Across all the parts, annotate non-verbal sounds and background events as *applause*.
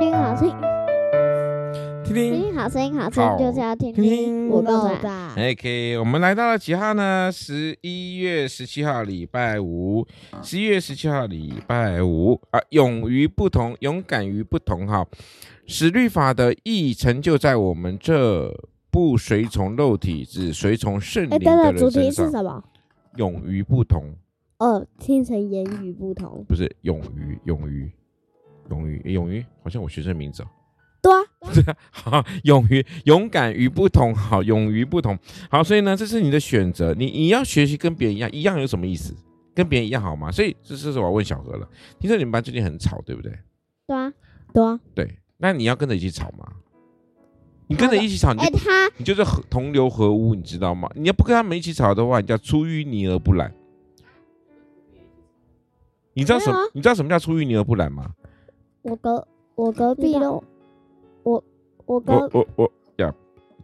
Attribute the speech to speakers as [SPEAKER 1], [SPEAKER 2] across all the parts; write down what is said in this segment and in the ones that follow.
[SPEAKER 1] 听好听，
[SPEAKER 2] 听
[SPEAKER 1] 听
[SPEAKER 3] 嗯
[SPEAKER 2] 听。
[SPEAKER 1] 听好声音，好声
[SPEAKER 2] 好
[SPEAKER 1] 音就是要听
[SPEAKER 2] 听
[SPEAKER 1] 听
[SPEAKER 2] 听
[SPEAKER 1] 我
[SPEAKER 2] 我
[SPEAKER 1] 够大。
[SPEAKER 3] 大，
[SPEAKER 2] 哎 OK，我们来到了几号呢？十一月十七号，礼拜五。十一月十七号，礼拜五啊，勇于不同，勇敢于不同。哈，使律法的意义成就在我们这不随从肉体，只随从圣
[SPEAKER 3] 哎，
[SPEAKER 2] 灵
[SPEAKER 3] 等
[SPEAKER 2] 的
[SPEAKER 3] 等，主
[SPEAKER 2] 人
[SPEAKER 3] 题
[SPEAKER 2] 身
[SPEAKER 3] 是
[SPEAKER 2] 上。
[SPEAKER 3] 什么？
[SPEAKER 2] 勇于不同，
[SPEAKER 3] 哦，听成言语不同。
[SPEAKER 2] 不是勇于，勇于，勇于，诶哎勇于，好像我学生名字哦。
[SPEAKER 3] 对啊，
[SPEAKER 2] 好， *laughs* 勇于勇敢与不同，好，勇于不同，好，所以呢，这是你的选择，你你要学习跟别人一样，一样有什么意思？跟别人一样好吗？所以这这是我要问小何了。听说你们班最近很吵，对不对？
[SPEAKER 1] 对啊，
[SPEAKER 3] 对啊，
[SPEAKER 2] 对，那你要跟着一起吵吗？你跟着一起吵，你
[SPEAKER 1] 哎、
[SPEAKER 2] 就
[SPEAKER 1] 他
[SPEAKER 2] 你就是和同流合污，你知道吗？你要不跟他们一起吵的话，你叫出淤泥而不染。你知道什
[SPEAKER 3] 没
[SPEAKER 2] 么
[SPEAKER 3] 有啊？
[SPEAKER 2] 你知道什么叫出淤泥而不染吗？
[SPEAKER 1] 我隔我隔
[SPEAKER 3] 知
[SPEAKER 1] 壁
[SPEAKER 3] 道
[SPEAKER 1] 楼，我我隔
[SPEAKER 2] 我我我呀，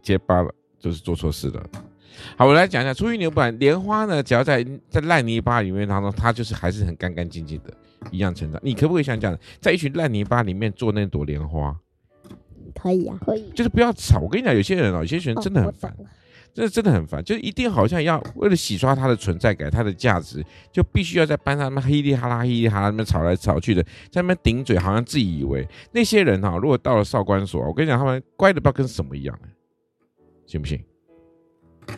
[SPEAKER 2] 结巴了，就是做错事了。好，我来讲一下出淤泥而不染。莲花呢，只要在在烂泥巴里面当中，它就是还是很干干净净的，一样成长。你可不可以像这样，在一群烂泥巴里面做那朵莲花？
[SPEAKER 3] 可以啊。
[SPEAKER 1] 可以
[SPEAKER 2] 就是不要吵。我跟你讲，有些人哦，有些学
[SPEAKER 3] 哦
[SPEAKER 2] 生真的
[SPEAKER 3] 我
[SPEAKER 2] 很
[SPEAKER 3] 懂
[SPEAKER 2] 烦，
[SPEAKER 3] 了
[SPEAKER 2] 真的真的很烦，就是一定好像要为了洗刷他的存在感、他的价值，就必须要在班上那边稀里哈啦、稀里哈啦那边吵来吵去的，在那边顶嘴，好像自己以为那些人哈、如果到了少管所，我跟你讲，他们乖的不知道跟什么一样，啊信不信？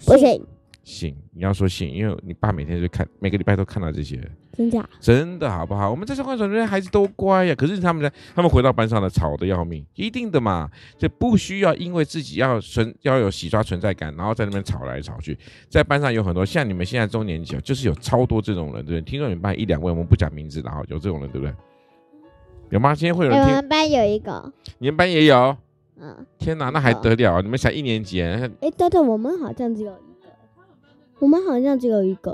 [SPEAKER 3] 不行，
[SPEAKER 2] 信，你要说信，因为你爸每天就看，每个礼拜都看到这些，
[SPEAKER 3] 真假？
[SPEAKER 2] 真的好不好？我们在少管所那些孩子都乖呀、可是他们呢，他们回到班上了，吵得要命，一定的嘛，就不需要因为自己要存要有洗刷存在感，然后在那边吵来吵去。在班上有很多像你们现在中年级哦，就是有超多这种人，对不对？听说你们班一两位，我们不讲名字了哈，有这种人对不对？有吗？今天会有
[SPEAKER 1] 哎、
[SPEAKER 2] 人
[SPEAKER 1] 我
[SPEAKER 2] 听？
[SPEAKER 1] 们班有一个，
[SPEAKER 2] 你们班也有？
[SPEAKER 1] 嗯，
[SPEAKER 2] 天哪，那还得了？你们才一年级哎
[SPEAKER 3] 哎，等等，我们好像只有一个，我们好像只有一个。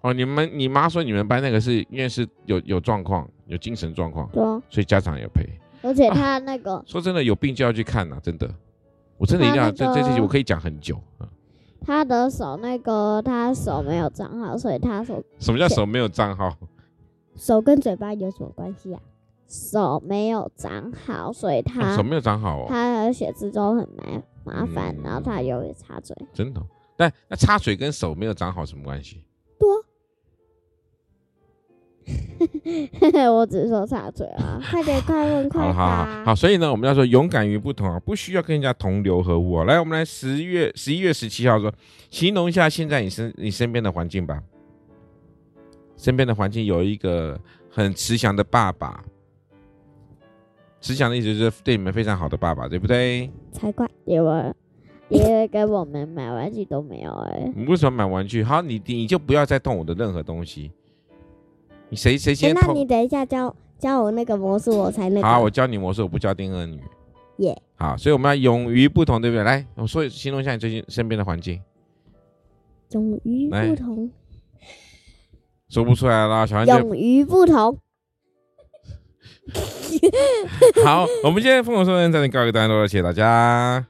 [SPEAKER 2] 哦！你们你妈说你们班那个是因为是有有状况，有精神状况，
[SPEAKER 1] 对啊，
[SPEAKER 2] 所以家长也赔。
[SPEAKER 1] 而
[SPEAKER 3] 啊
[SPEAKER 1] 且他那个、
[SPEAKER 2] 说真的，有病就要去看呐、啊真的。我真的一定要，
[SPEAKER 1] 他啊那
[SPEAKER 2] 这
[SPEAKER 1] 个
[SPEAKER 2] 这这集我可以讲很久。嗯
[SPEAKER 1] 他的手那个他手没有长好，所以他手
[SPEAKER 2] 什么叫手没有账号？
[SPEAKER 3] 手跟嘴巴有什么关系啊？
[SPEAKER 1] 手没有长好，所以他、
[SPEAKER 2] 哦手没有账号哦，
[SPEAKER 1] 他的写字都很麻麻烦，
[SPEAKER 2] 嗯
[SPEAKER 1] 然后他有点插嘴， *laughs*
[SPEAKER 2] 真的哦。但那插嘴跟手没有长好什么关系？
[SPEAKER 1] 我只是说插嘴啊，快点快问快
[SPEAKER 2] 好了，好好
[SPEAKER 1] 答
[SPEAKER 2] 好，好，所以呢，我们要说勇敢与不同啊，不需要跟人家同流合污啊。来，我们来十月十一月十七号说，形容一下现在你身你身边的环境吧。身边的环境有一个很慈祥的爸爸，慈祥的意思就是对你们非常好的爸爸，对不对？
[SPEAKER 3] 才怪！
[SPEAKER 1] 因为因为给我们买玩具都没有哎、
[SPEAKER 2] 你为什么买玩具？好，你你就不要再动我的任何东西。你谁谁
[SPEAKER 3] 哎，
[SPEAKER 2] 先
[SPEAKER 3] 那你
[SPEAKER 2] 碰？
[SPEAKER 3] 等一下教教我那个魔术，我才那
[SPEAKER 2] 好，我
[SPEAKER 3] 个。
[SPEAKER 2] 教你魔术，我不教丁二女。
[SPEAKER 3] 耶！
[SPEAKER 2] 好，所以我们要勇于不同，对不对？来，我说形容一下你最近身边的环境，
[SPEAKER 3] 勇于
[SPEAKER 2] 来
[SPEAKER 3] 不同，
[SPEAKER 2] 说不出来啦，小安就
[SPEAKER 3] 勇于不同。
[SPEAKER 2] 好。我们今天疯狂说人暂停告一个段落了，谢谢大家。